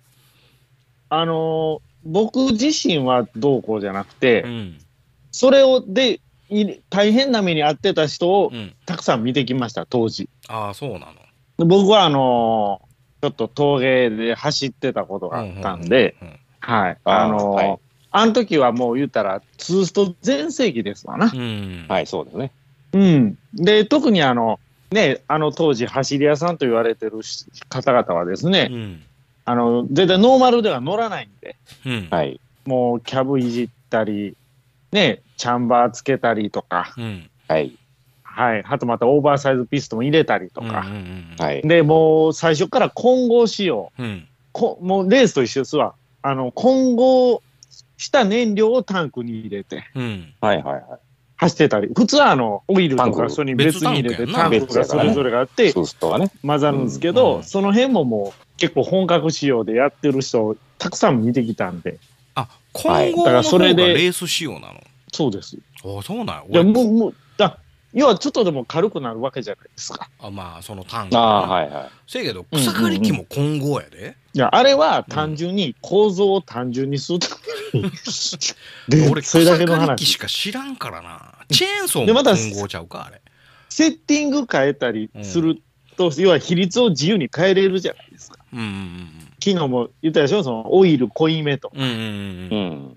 Speaker 1: あのー僕自身はどうこうじゃなくて、
Speaker 2: うん
Speaker 1: それをで、い大変な目に遭ってた人を
Speaker 2: うん
Speaker 1: たくさん見てきました、当時。
Speaker 2: ああそうなの
Speaker 1: で僕はあのーちょっと峠で走ってたことがあったんで、
Speaker 2: うん
Speaker 1: はい。
Speaker 3: あー
Speaker 1: あのー
Speaker 3: はい
Speaker 1: あの時はもう言ったら、ツースト全盛期ですわな
Speaker 2: う。ん
Speaker 3: はい、そうですね。
Speaker 1: うん。で、特にあの、ね、あの当時走り屋さんと言われてるし方々はですね、
Speaker 2: うん
Speaker 1: あの、絶対ノーマルでは乗らないんで、
Speaker 2: うん
Speaker 3: はい。
Speaker 1: もうキャブいじったり、ね、チャンバーつけたりとか、
Speaker 2: うん
Speaker 3: はい。
Speaker 1: はい。はとまたオーバーサイズピストン入れたりと
Speaker 2: う
Speaker 1: か。
Speaker 2: んうん
Speaker 3: はい。
Speaker 1: で、もう最初から混合仕様。
Speaker 2: うん
Speaker 1: こもうレースと一緒ですわ。あの、混合した燃料をタンクに入れて
Speaker 2: うん
Speaker 3: はい、はい、は
Speaker 1: 走ってたり、普通はあの、オイルと
Speaker 3: タン
Speaker 1: か
Speaker 3: ク
Speaker 1: そういうのに別に入れて、
Speaker 2: 別
Speaker 1: タン
Speaker 2: タン
Speaker 3: クやな
Speaker 1: クがそれぞれがあっ
Speaker 3: い。
Speaker 1: て
Speaker 3: ツーストはね。
Speaker 1: 混ざるんですけど、
Speaker 2: うん
Speaker 1: その辺ももう結構本格仕様でやってる人をたくさん見てきたんで、
Speaker 2: あ今後
Speaker 1: だから
Speaker 2: の
Speaker 1: そ
Speaker 2: 方が
Speaker 1: れで
Speaker 2: レース仕様なの
Speaker 1: そうです。い
Speaker 2: ああそうなん
Speaker 1: や、
Speaker 2: 俺
Speaker 1: もう、もう、だ要はちょっとでも軽くなるわけじゃないですか。
Speaker 2: あまあその単
Speaker 3: ああ、
Speaker 2: い
Speaker 3: はい、はい。
Speaker 2: せやけど草刈り機も今後やで
Speaker 1: いや、あれは単純に、構造を単純にするために、
Speaker 2: 俺
Speaker 1: で、そ
Speaker 2: 草
Speaker 1: れだけの
Speaker 2: 刈り機
Speaker 1: 話。
Speaker 2: しか知らんからなチェーンソー
Speaker 1: でま
Speaker 2: も
Speaker 1: た
Speaker 2: 今後ちゃうかあれ
Speaker 1: セッティング変えたりすると、要は比率を自由に変えれるじゃないですか。
Speaker 2: うんうん
Speaker 1: 昨日も言ったでしょ、そのオイル濃いめと。
Speaker 2: うんうんうんう
Speaker 3: うんん。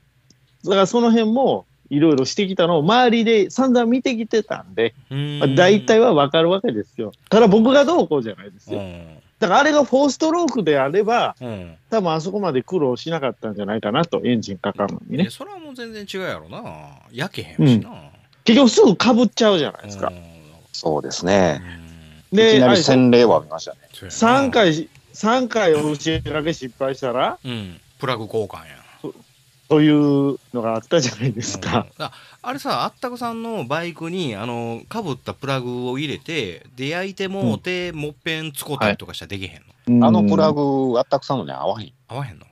Speaker 1: だからその辺も、いろいろしてきたのを周りで散々見てきてたんで、
Speaker 2: うん
Speaker 1: まあ、大体は分かるわけですよ。ただ僕がどうこうじゃないです
Speaker 2: う
Speaker 1: よ。
Speaker 2: ん
Speaker 1: だからあれが4ストロークであれば、
Speaker 2: うん
Speaker 1: 多分あそこまで苦労しなかったんじゃないかなと、エンジンかかるのに
Speaker 2: い
Speaker 1: ね
Speaker 2: や。それはもう全然違うやろな焼けへんしな、
Speaker 1: 結局すぐ被っちゃうじゃない
Speaker 2: うん、
Speaker 1: ですか。
Speaker 3: そうですね。いき
Speaker 1: で、
Speaker 3: な
Speaker 1: あれ
Speaker 3: り洗礼は見ましたね。
Speaker 1: 3回、三回お教えだけ失敗したら、
Speaker 2: うんプラグ交換や
Speaker 1: というのがあったじゃないです
Speaker 2: う
Speaker 1: か
Speaker 2: ん。ああれさあったくさんのバイクにあのかぶったプラグを入れて出焼いてもうて、もっぺん使ったりとかしたらできへんの、
Speaker 3: あのプラ
Speaker 1: グ。
Speaker 3: グ、あったくさんのに合わへん。
Speaker 2: 合わへんの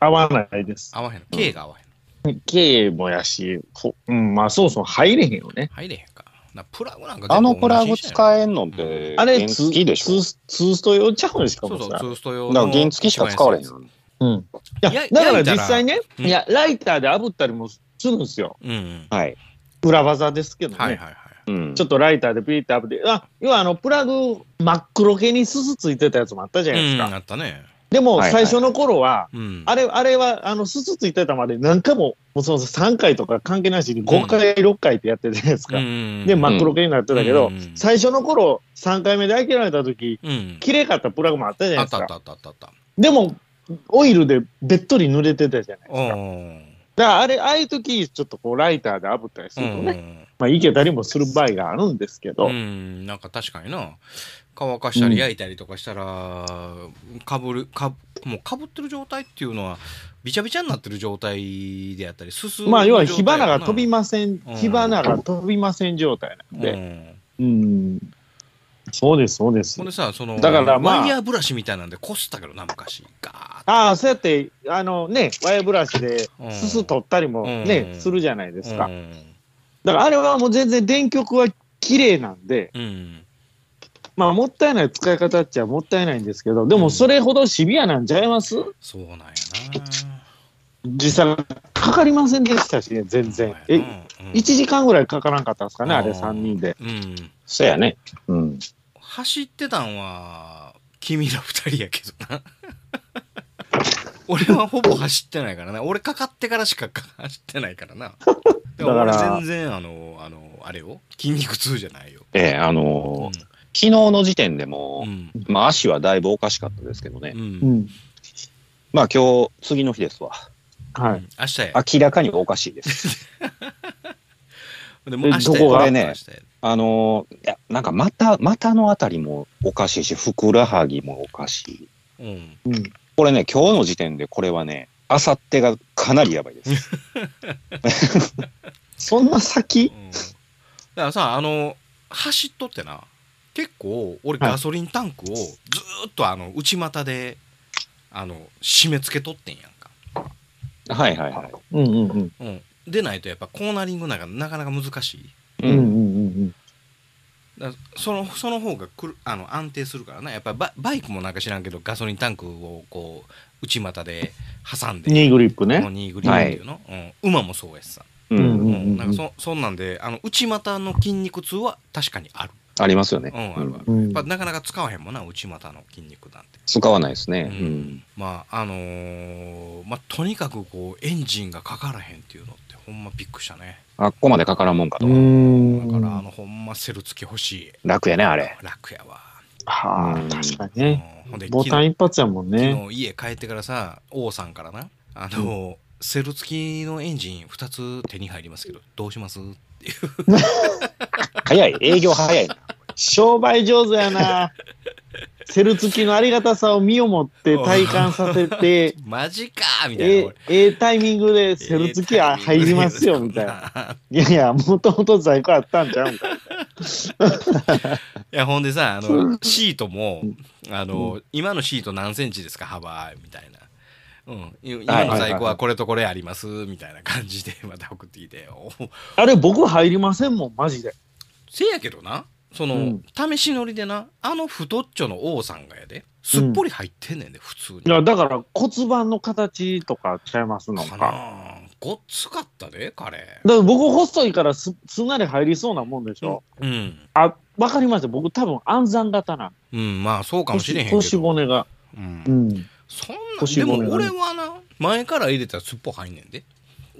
Speaker 1: 合わないです。
Speaker 2: 合わへんの K が合わへんの
Speaker 1: 軽もやし、こうん、まあそうそう入れへんよね。
Speaker 2: 入れへんかなプラグなんか
Speaker 3: あのプラグ
Speaker 2: え
Speaker 3: 使えんのって、
Speaker 1: あれ、
Speaker 3: 原
Speaker 1: ツ
Speaker 3: 付き
Speaker 1: ー
Speaker 3: でしょ。
Speaker 1: ツーツースト用ちゃうんしか
Speaker 2: そ
Speaker 1: も
Speaker 2: うそう
Speaker 1: さ
Speaker 2: ツ。ースト
Speaker 3: だ
Speaker 2: 用
Speaker 3: から
Speaker 2: の
Speaker 3: 原付きしか使われへん。
Speaker 1: うんいや
Speaker 2: や
Speaker 1: だから
Speaker 2: 焼いたら
Speaker 1: 実際ね、
Speaker 2: うん
Speaker 1: いや、ライターで炙ったりもするんですよ。
Speaker 2: うんうん
Speaker 3: はい。
Speaker 1: 裏技ですけどね。
Speaker 2: はいはいはい
Speaker 3: うん
Speaker 1: ちょっとライターでピーって炙って、あ、要はあの、プラグ真っ黒系にすすついてたやつもあったじゃないですか。
Speaker 2: うんあったね
Speaker 1: でも、
Speaker 3: はいは
Speaker 1: 最
Speaker 3: い
Speaker 1: 初の頃は、
Speaker 2: うん
Speaker 1: あれ、あれは、あの、すすついてたまで何回も、もうその3回とか関係なしに5回、6回ってやってたじゃないですか。
Speaker 2: うん
Speaker 1: で、真っ黒系になってたけど、
Speaker 2: うんうん
Speaker 1: 最初の頃、3回目で諦めた時、
Speaker 2: うん
Speaker 1: 綺麗かったプラグもあったじゃな
Speaker 2: あ
Speaker 1: いで
Speaker 2: っ
Speaker 1: す
Speaker 2: たあ
Speaker 1: か
Speaker 2: った。あったあったあった
Speaker 1: でも、オイルでべっとり濡れてたじゃないですか。
Speaker 2: うん
Speaker 1: だから、あれ、ああいう時、ちょっとこう、ライターで炙ったりするとね、
Speaker 2: うん
Speaker 1: まあ、いけたりもする場合があるんですけど、
Speaker 2: うん、なんか確かにな乾かしたり焼いたりとかしたら、かぶるかもうかぶってる状態っていうのはびちゃびちゃになってる状態であったりすす
Speaker 1: まあ、要は火花が飛びません
Speaker 2: うん、
Speaker 1: 火花が飛びません状態なん
Speaker 2: う
Speaker 1: で。
Speaker 2: ん
Speaker 1: うん。そうです、そうです
Speaker 2: ほん。でさその
Speaker 1: だからまあ
Speaker 2: ワイヤーブラシみたいなんでこすったけどな昔ガーッ
Speaker 1: ああ、そうやって、あのね、ワイヤーブラシで
Speaker 2: うん、
Speaker 1: すす取ったりもね、
Speaker 2: うん
Speaker 1: するじゃないで
Speaker 2: です
Speaker 1: か。
Speaker 2: うん
Speaker 1: だからあれはもう全然電極は綺麗なんで、
Speaker 2: うん
Speaker 1: まあ、もったいない使い方っちゃもったいないんですけど、でもそれほどシビアなんちゃいます
Speaker 2: そうなんやな
Speaker 1: 実際、かかりませんでしたしね、全然。え、
Speaker 2: うんうん
Speaker 1: 1時間ぐらいかからんかったんですかね、あれ
Speaker 2: うん
Speaker 1: 3人で。
Speaker 2: うん
Speaker 3: そうやね。うん。
Speaker 2: 走ってたんは君ら二人やけどな俺はほぼ走ってないからな俺かかってからしかか走ってないからな
Speaker 1: だ
Speaker 2: だ
Speaker 1: から
Speaker 2: 全然あのあのあれよ筋肉痛じゃないよ、
Speaker 3: ええあ
Speaker 2: うん
Speaker 3: のー昨日の時点で
Speaker 2: う
Speaker 3: も、
Speaker 2: ん
Speaker 3: まあ足はだいぶおかしかったですけどね。
Speaker 2: うん
Speaker 1: うん。
Speaker 3: まあ今日、次の日ですわ。
Speaker 1: はい。
Speaker 2: 明日や
Speaker 3: 明らかにおかしいです。
Speaker 2: でもう明日
Speaker 1: ど
Speaker 2: や
Speaker 1: こが
Speaker 2: 明日や
Speaker 3: ねあのーいや、なんか股、股のあたりもおかしいし、ふくらはぎもおかしい。
Speaker 2: うん
Speaker 1: うん。
Speaker 3: これね、今日の時点でこれはね、あさってがかなりやば いです。
Speaker 1: そんな先
Speaker 2: うんだからさあの走っとってな結構俺
Speaker 1: はい
Speaker 2: ガソリンタンクをずーっとあの内股であの締め付けとってんやんか、
Speaker 3: はいはいはい。
Speaker 1: うんうんうん。
Speaker 2: うん、でないとやっぱコーナリングなんかなかなか難しい
Speaker 1: うんうんうん
Speaker 2: だからそのその方がくるあの安定するからなやっぱりババイクもなんか知らんけどガソリンタンクをこう内股で挟ん
Speaker 1: うん。
Speaker 2: で
Speaker 1: ニーグリップ
Speaker 2: この
Speaker 1: ね。
Speaker 2: ニーグリーンっていうの、うん、馬もそうやしさ、
Speaker 3: う
Speaker 1: うん
Speaker 3: ん
Speaker 2: う
Speaker 1: うんんうん
Speaker 2: なんかそそんなんであの内股の筋肉痛は確かにある、
Speaker 3: ありますよね。
Speaker 2: うん、あるある
Speaker 1: う
Speaker 2: や
Speaker 1: ん
Speaker 2: っぱなかなか使わへんもんな内股の筋肉なんて、
Speaker 3: 使わないです
Speaker 2: う
Speaker 3: ね。うんん、
Speaker 2: まああのーまあとにかくこうエンジンがかからへんっていうのってほんまびっくりしたね
Speaker 3: あっこまでかからんもんかと。
Speaker 2: だ
Speaker 1: ん
Speaker 2: からあのほんまセル付き欲しい
Speaker 3: 楽やね、あれ。
Speaker 2: 楽やわ、
Speaker 1: は
Speaker 3: うん
Speaker 1: あ、確かにね。
Speaker 2: うんほんで
Speaker 1: ボタン一発やもん
Speaker 2: 昨日
Speaker 1: ね。
Speaker 2: 昨日家帰ってからさ王さんからなあの、セル付きのエンジン2つ手に入りますけどどうします
Speaker 3: 早い。営業早いな。
Speaker 1: 商売上手やな。セル付きのありがたさを身をもって体感させ て、
Speaker 2: マジかーみたい
Speaker 1: え
Speaker 2: な
Speaker 1: ええタイミングでセル付きは入りますよ、みたい な。
Speaker 2: な
Speaker 1: いやいや、もともと在庫あったんちゃうんか。
Speaker 2: いやほんでさあのシートもあの、今のシート何センチですか幅みたいな、うん、い今の在庫はこれとこれありますみたいな感じでまた送ってきてお
Speaker 1: あれ、僕入りませんもん、マジで。
Speaker 2: せやけどなその、
Speaker 1: うん
Speaker 2: 試し乗りでなあの太っちょの王さんがやですっぽり入ってんねんで、普通に
Speaker 1: いや、だから骨盤の形とかちゃいますの
Speaker 2: か
Speaker 1: か。だ
Speaker 2: な
Speaker 1: か
Speaker 2: あごっつかったで彼
Speaker 1: ら僕、細いからすすんなり入りそうなもんでしょ。
Speaker 2: うん
Speaker 1: あ、わかりました。僕、多分暗算型なん。
Speaker 2: うんまあそうかもしれへんけど
Speaker 1: 腰腰骨が。
Speaker 2: うん
Speaker 1: うん。
Speaker 2: そんな
Speaker 1: 腰
Speaker 2: で
Speaker 1: 骨がね
Speaker 2: も俺はな前から入れたらすっぽ入んねんで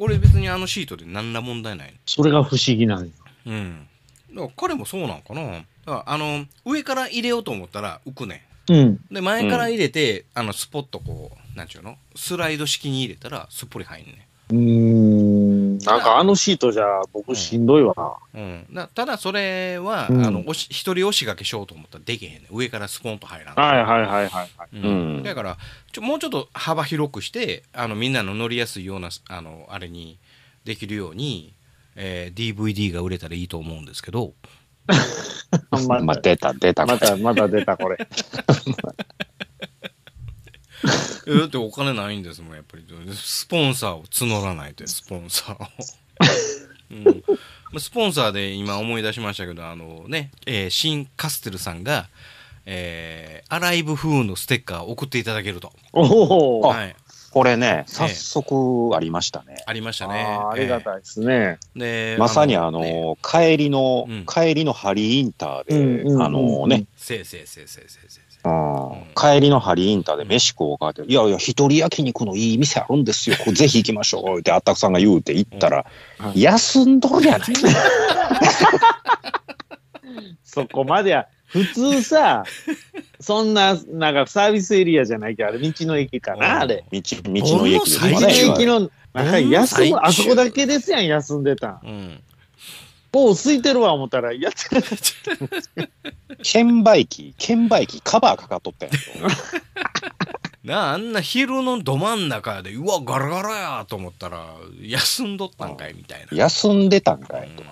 Speaker 2: 俺別にあのシートで何ら問題ない
Speaker 1: それが不思議なんよ
Speaker 2: うんだから彼もそうなんかなだからあの上から入れようと思ったら浮くね
Speaker 1: うん。
Speaker 2: んで前から入れて、あのスポッとこうなんちゅうのスライド式に入れたらすっぽり入んねん
Speaker 1: うーん。なんかあのシートじゃ僕しんどいわ。
Speaker 2: うん、だただそれは、
Speaker 1: うん
Speaker 2: あの押し一人押しがけしようと思ったらできへんねん上からスポンと入らん、
Speaker 1: はいはいはいはいはい。
Speaker 2: うん
Speaker 3: うん
Speaker 2: だからちょもうちょっと幅広くしてあのみんなの乗りやすいようなあのあれにできるように、えー DVD が売れたらいいと思うんですけど
Speaker 1: ま
Speaker 3: まあ、出た、出た。
Speaker 1: また、また出た、これ。
Speaker 2: えだってお金ないんですもんやっぱりスポンサーを募らないとスポンサーを。うんまあ、スポンサーで今思い出しましたけどあのね、えーシン・カステルさんが、えーアライブ風のステッカーを送っていただけると
Speaker 1: おお。
Speaker 2: はい、
Speaker 3: これね、早速ありましたね。
Speaker 2: ありましたね。
Speaker 1: あーありがたいですね。
Speaker 2: えーで
Speaker 3: まさにあの、
Speaker 2: ね
Speaker 3: 帰りの、
Speaker 2: うん
Speaker 3: 帰りのハリーインターで、
Speaker 1: うんうんうん
Speaker 3: あのね、
Speaker 2: せいせいせいせいせいせいせい
Speaker 3: うん帰りのハリーインターで飯食おうかって、いやいや、一人焼肉のいい店あるんですよ、これぜひ行きましょうって、あったくさんが言うて行ったら、
Speaker 1: うんはい
Speaker 3: 休んどるやない。
Speaker 1: そこまでや。普通さ、そんな、なんかサービスエリアじゃないけど、あれ道の駅か
Speaker 2: うん
Speaker 1: な、あれ。
Speaker 3: 道、道の駅です
Speaker 1: 道
Speaker 2: 最
Speaker 3: ね
Speaker 2: 近
Speaker 1: の駅の、なんか休む、
Speaker 2: うん
Speaker 1: あそこだけですやん、休んでたん。
Speaker 2: うん。
Speaker 1: もう空いてるわ、思ったら、やってる。
Speaker 3: 券売機、券売機カバーかかっとったやん。
Speaker 2: なああんな昼のど真ん中でうわガラガラやと思ったら休んどったんかいみたいな。
Speaker 3: 休んでたんかいと。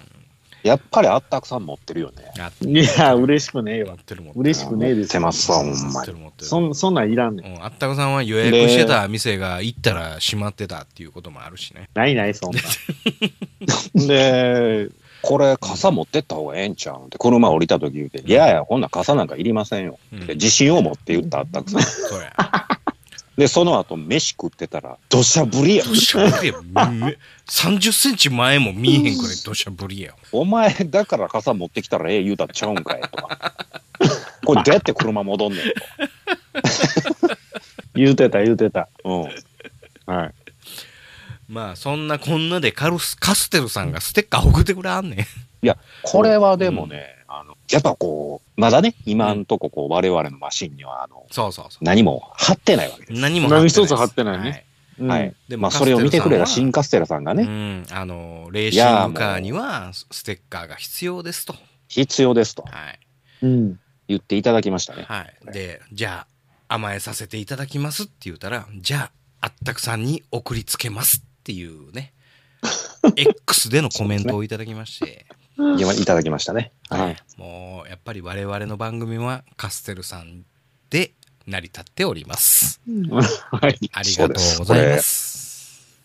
Speaker 3: やっぱりあったくさん持ってるよね。
Speaker 2: やっ
Speaker 1: いや、嬉しくねえ
Speaker 2: や
Speaker 1: わ
Speaker 2: っ。てるもん
Speaker 1: 嬉しくねえです。
Speaker 3: 持ってますわ、ほ
Speaker 2: 持
Speaker 3: ん
Speaker 2: っ
Speaker 3: ま
Speaker 2: て
Speaker 3: に。
Speaker 2: る持ってる
Speaker 1: そんそんなんいらんねん。
Speaker 2: うんあったこさんは予約してた店が行ったら閉まってたっていうこともあるしね。
Speaker 1: ないない、そんなん。
Speaker 3: で、これ傘持ってった方がええんちゃうんって、車降りた時言うて、いやいや、こんな傘なんかいりませんよ。
Speaker 2: うん
Speaker 3: で自信を持って言ったあったくさん。
Speaker 2: そうや。
Speaker 3: で、その後飯食ってたら、土砂降りや。
Speaker 2: 土砂降りや。め30センチ前も見えへんくらい土砂降りや。
Speaker 3: お前、だから傘持ってきたらええ言うたっちゃうんかいとか。 これどうやって車戻んねんと。
Speaker 1: 言うてた、言うてた。
Speaker 3: うん。
Speaker 1: はい。
Speaker 2: まあそんなこんなでカルスカステルさんがステッカー送ってくれあんねん。
Speaker 3: いや、これはでもね、あの、やっぱこう、まだね、今んとここう、我々のマシンには、あの、
Speaker 2: そうそうそ
Speaker 3: 何も貼ってないわけで
Speaker 2: う。何も
Speaker 1: 何
Speaker 2: です
Speaker 1: 一つ貼ってないね。うん
Speaker 3: はい。
Speaker 2: でも
Speaker 3: まあ、それを見てくれた
Speaker 2: カステ
Speaker 3: 新カステラさんがね、
Speaker 2: うん、あのレーシングカーにはステッカーが必要ですと。
Speaker 3: 必要ですと
Speaker 2: はい。
Speaker 1: うん。
Speaker 3: 言っていただきましたね。
Speaker 2: はい。で、じゃあ甘えさせていただきますって言ったら、じゃああったくさんに送りつけますっていう ね、X でのコメントをいただきまして、
Speaker 3: いやいただきましたね。はい。
Speaker 2: もうやっぱり我々の番組はカステルさんで成り立っております。
Speaker 1: はい。
Speaker 2: ありがとうございます。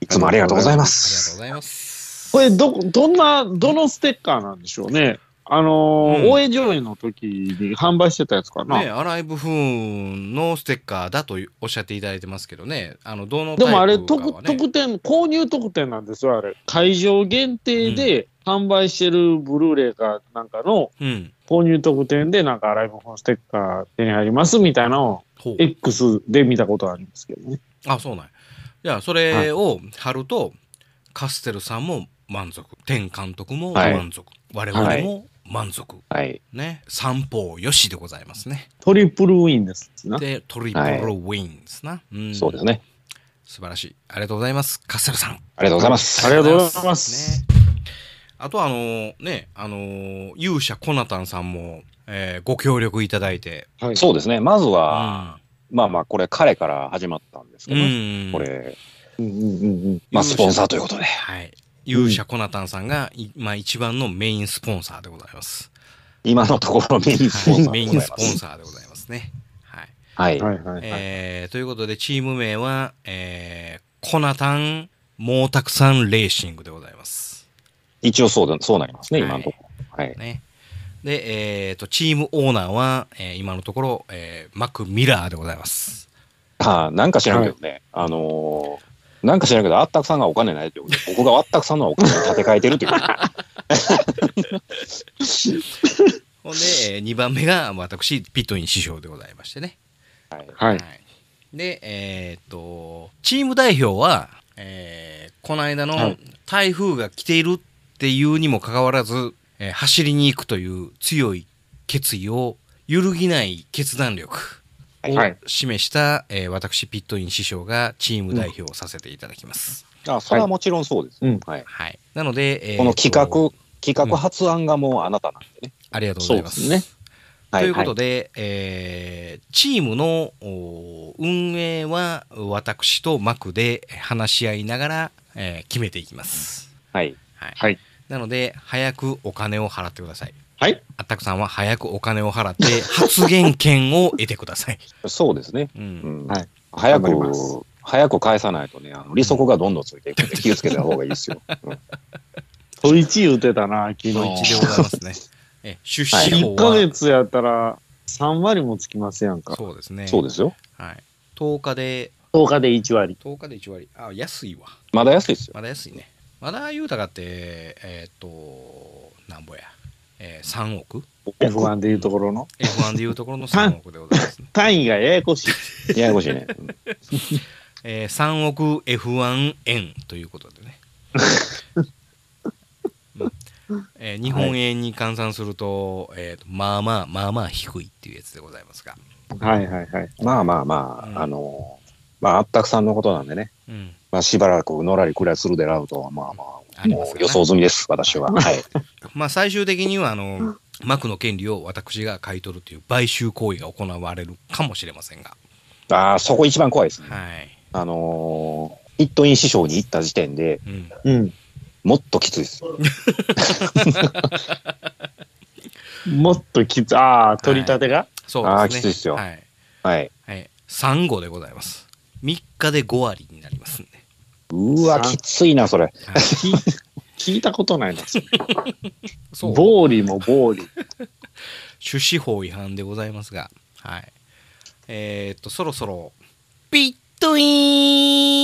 Speaker 3: いつもありがとうござい
Speaker 2: ありがと
Speaker 3: ま
Speaker 2: う
Speaker 3: す。
Speaker 2: ございます。
Speaker 1: これ、ど、どんな、どのステッカーなんでしょうね。あのー
Speaker 2: うん
Speaker 1: 応援上映の時に販売してたやつかな。
Speaker 2: ね、アライブフーンのステッカーだとおっしゃっていただいてますけどね、あのどの
Speaker 1: でもあれ、
Speaker 2: タイプか
Speaker 1: 特
Speaker 2: はね
Speaker 1: 特典、購入特典なんですよ、あれ。会場限定で販売してるブルーレイかなんかの
Speaker 2: うん、
Speaker 1: 購入特典で、なんかアライブフォンステッカー手に入りますみたいなのを
Speaker 2: ほう
Speaker 1: X で見たことありますけどね。
Speaker 2: あそうなんやじゃあそれを貼ると、カステルさんも満足天監督も
Speaker 3: はい
Speaker 2: 満足、我々も満足、
Speaker 3: はい。
Speaker 2: ね三方よしでございますね
Speaker 1: トリプルウィンですな。
Speaker 2: でトリプルウィンですな、うん
Speaker 3: そうですね。
Speaker 2: 素晴らしいありがとうございますカステルさん
Speaker 3: ありがとうございます。
Speaker 1: ありがとうございます
Speaker 2: ねあとはあのねあのー勇者コナタンさんも、えーご協力いただいて
Speaker 1: はい
Speaker 3: そうですね。まずは、
Speaker 2: う
Speaker 3: まあまあ、これ、彼から始まったんですけ
Speaker 2: ん
Speaker 3: ど、
Speaker 2: うん
Speaker 3: これ、
Speaker 1: うんうんうんうん。
Speaker 3: まあ、スポンサーということで。
Speaker 2: はい勇者コナタンさんが、いまあ、一番のメインスポンサーでございます
Speaker 3: 今のところメインスポン
Speaker 2: は
Speaker 3: サ
Speaker 2: い
Speaker 3: ー
Speaker 2: メ
Speaker 3: で
Speaker 2: イ
Speaker 3: ご
Speaker 2: ン
Speaker 3: ざい
Speaker 2: ス
Speaker 3: ま
Speaker 2: ポン
Speaker 3: す。
Speaker 2: サーでございますね。はい
Speaker 3: はい。
Speaker 1: はいはいはい。
Speaker 2: えーということで、チーム名は、えー、コナタン・モータクさん・レーシングでございます。
Speaker 3: 一応そうだ、そうなりますね、
Speaker 2: はい
Speaker 3: 今のところ。はい。
Speaker 2: ね、で、えーと、チームオーナーは、えー今のところ、えーマック・ミラーでございます。
Speaker 3: ああ、なんか知らんけどね、あのー、なんか知らんけど、あったくさんがお金ないということで、僕があったくさんのお金を立て替えてるという ことで
Speaker 2: ほんで、え2番目が私、ピットイン師匠でございましてね。
Speaker 3: はい。
Speaker 1: はい。
Speaker 2: で、えーと、チーム代表は、えーこの間
Speaker 1: は
Speaker 2: の
Speaker 1: い
Speaker 2: 台風が来ているっていうにもかかわらず、えー走りに行くという強い決意を揺るぎない決断力を
Speaker 1: はい
Speaker 2: 示した、えー私、ピットイン師匠がチーム代表をさせていただきます。
Speaker 3: あそれはもちろんそうです。
Speaker 1: うん
Speaker 3: はい。
Speaker 2: はい。なので、えー
Speaker 3: この企
Speaker 2: と
Speaker 3: 画、企画発案がもうあなたなんでね。
Speaker 2: ありがとうございます。
Speaker 1: そうです
Speaker 3: は
Speaker 2: ということで、えーチームのおー運営は私とマクで話し合いながら、えー決めていきます。
Speaker 3: はい。
Speaker 2: はい
Speaker 1: はい
Speaker 2: なので早くお金を払ってください。
Speaker 1: はい。
Speaker 2: あったくさんは早くお金を払って 発言権を得てください。
Speaker 3: そうですね。
Speaker 2: う、
Speaker 3: うんん。
Speaker 1: はい
Speaker 3: 早
Speaker 1: 頑張ります
Speaker 3: く、早く返さないとね、あの利息がどんどんついていくんで気をつけた方がいいですよ。うん
Speaker 1: トイチ言うてたな、昨日。
Speaker 2: ドイツでございますね。え出資
Speaker 1: 1
Speaker 2: 法
Speaker 1: ヶ
Speaker 2: は、
Speaker 1: 月やったら3割もつきますやんか。
Speaker 2: そうですね。
Speaker 3: そうですよ。
Speaker 2: はい。10日で
Speaker 1: 10日で1割。
Speaker 2: 10日で1割。あ安いわ。
Speaker 3: まだ安いです よ。
Speaker 2: まだ安いね。まだ言うたかってえーっとなんぼや。えー、3億
Speaker 1: F1 でいうところの。
Speaker 2: F1 でいうとこ ろの3億でございますね。
Speaker 1: 単位がややこしい。
Speaker 3: ややこしいね。うん
Speaker 2: えー、3億 F1 円ということで ね。うんえー日本円に換算すると,、えーとまあまあまあまあ低いっていうやつでございますが、
Speaker 1: はいはいはい。
Speaker 3: まあまあま
Speaker 2: うん
Speaker 3: あ、あの、まあ、あったくさんのことなんでね。
Speaker 2: うん、
Speaker 3: まあ、しばらくのらりくらいするでらうとは、まあま
Speaker 2: あ
Speaker 3: あ、
Speaker 2: りますよ
Speaker 3: も
Speaker 2: ね
Speaker 3: う予想済みです、私は。はい。
Speaker 2: まあ最終的にはあのマクの権利を私が買い取るという買収行為が行われるかもしれませんが
Speaker 3: ああ、そこ一番怖いですね。
Speaker 2: はい。
Speaker 3: あのー、一等院師匠に行った時点で
Speaker 2: うん。
Speaker 1: うん。
Speaker 3: もっときついです。
Speaker 1: もっときつ、ああ、取り立てが、
Speaker 2: そう
Speaker 3: あー
Speaker 2: ですね。
Speaker 3: きついっすよ
Speaker 2: はい。
Speaker 3: はい。
Speaker 2: はい。3号でございます。3日で5割になりますんで。
Speaker 3: うわ、きついな、それ。
Speaker 2: はい
Speaker 1: 聞いたことないな。
Speaker 2: そう。
Speaker 1: 暴利も暴利。
Speaker 2: 種子法違反でございますが、はい。えーっと、そろそろ、ビットイ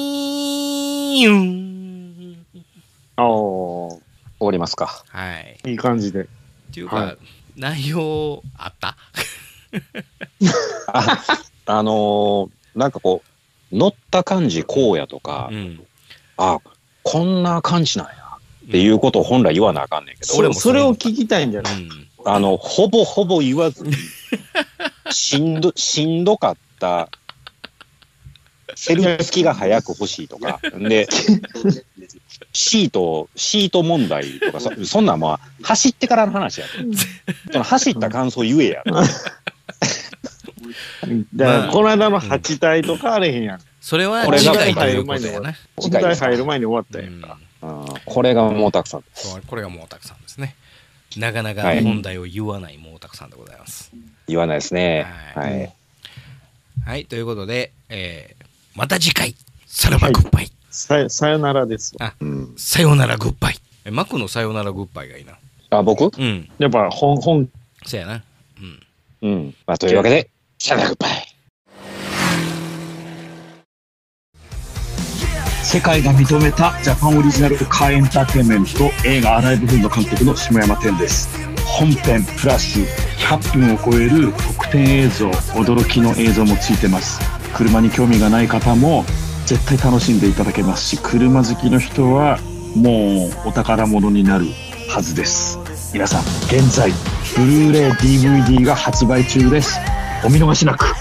Speaker 2: ーン
Speaker 1: ああ、
Speaker 3: 終わりますか。
Speaker 2: はい。
Speaker 1: いい感じで。
Speaker 2: っていうか、
Speaker 1: は
Speaker 2: 内容あった
Speaker 3: あのー、なんかこう、乗った感じこうやとか、
Speaker 2: ん。
Speaker 3: あこんな感じなんやっていうことを本来言わなあかんねんけど、
Speaker 2: 俺も
Speaker 1: それを聞きたいんじゃない、
Speaker 2: う
Speaker 3: あの、ほぼほぼ言わずに、しん ど、しんどかった、セルフきが早く欲しいとか、で、シート、シート問題とか、そそんなんまあ、走ってからの話やでその走った感想言えや。
Speaker 1: だから
Speaker 2: まあ
Speaker 1: この間の8体とかあれへんやん。
Speaker 2: それは
Speaker 3: これ
Speaker 2: 次
Speaker 3: が
Speaker 2: 回ということやな。
Speaker 1: 8体入る前に終わったや。
Speaker 2: うんん
Speaker 3: うんこれがもうたくさん。
Speaker 2: そうこれが毛沢さんですね。なかなか
Speaker 3: はい
Speaker 2: 本題を言わない毛沢さんでございます。
Speaker 3: 言わないですね。
Speaker 2: は
Speaker 3: はいい。
Speaker 2: はい、ということで、えーまた次回、さらばグッバイ。
Speaker 1: ささよならですわ。
Speaker 3: うん、
Speaker 2: さよならグッバイ。え、マクのさよならグッバイがいいな。
Speaker 3: あ、僕
Speaker 2: うん。
Speaker 1: やっぱ本、本
Speaker 2: そやな。うん。
Speaker 3: うん。まあ、というわけで、シャラグッバイ。
Speaker 4: 世界が認めたジャパンオリジナルカーエンターテインメント映画「アライブ・フード」監督の下山天です本編プラス100分を超える特典映像驚きの映像もついてます車に興味がない方も絶対楽しんでいただけますし車好きの人はもうお宝物になるはずです皆さん現在ブルーレイ DVD が発売中ですお見逃しなく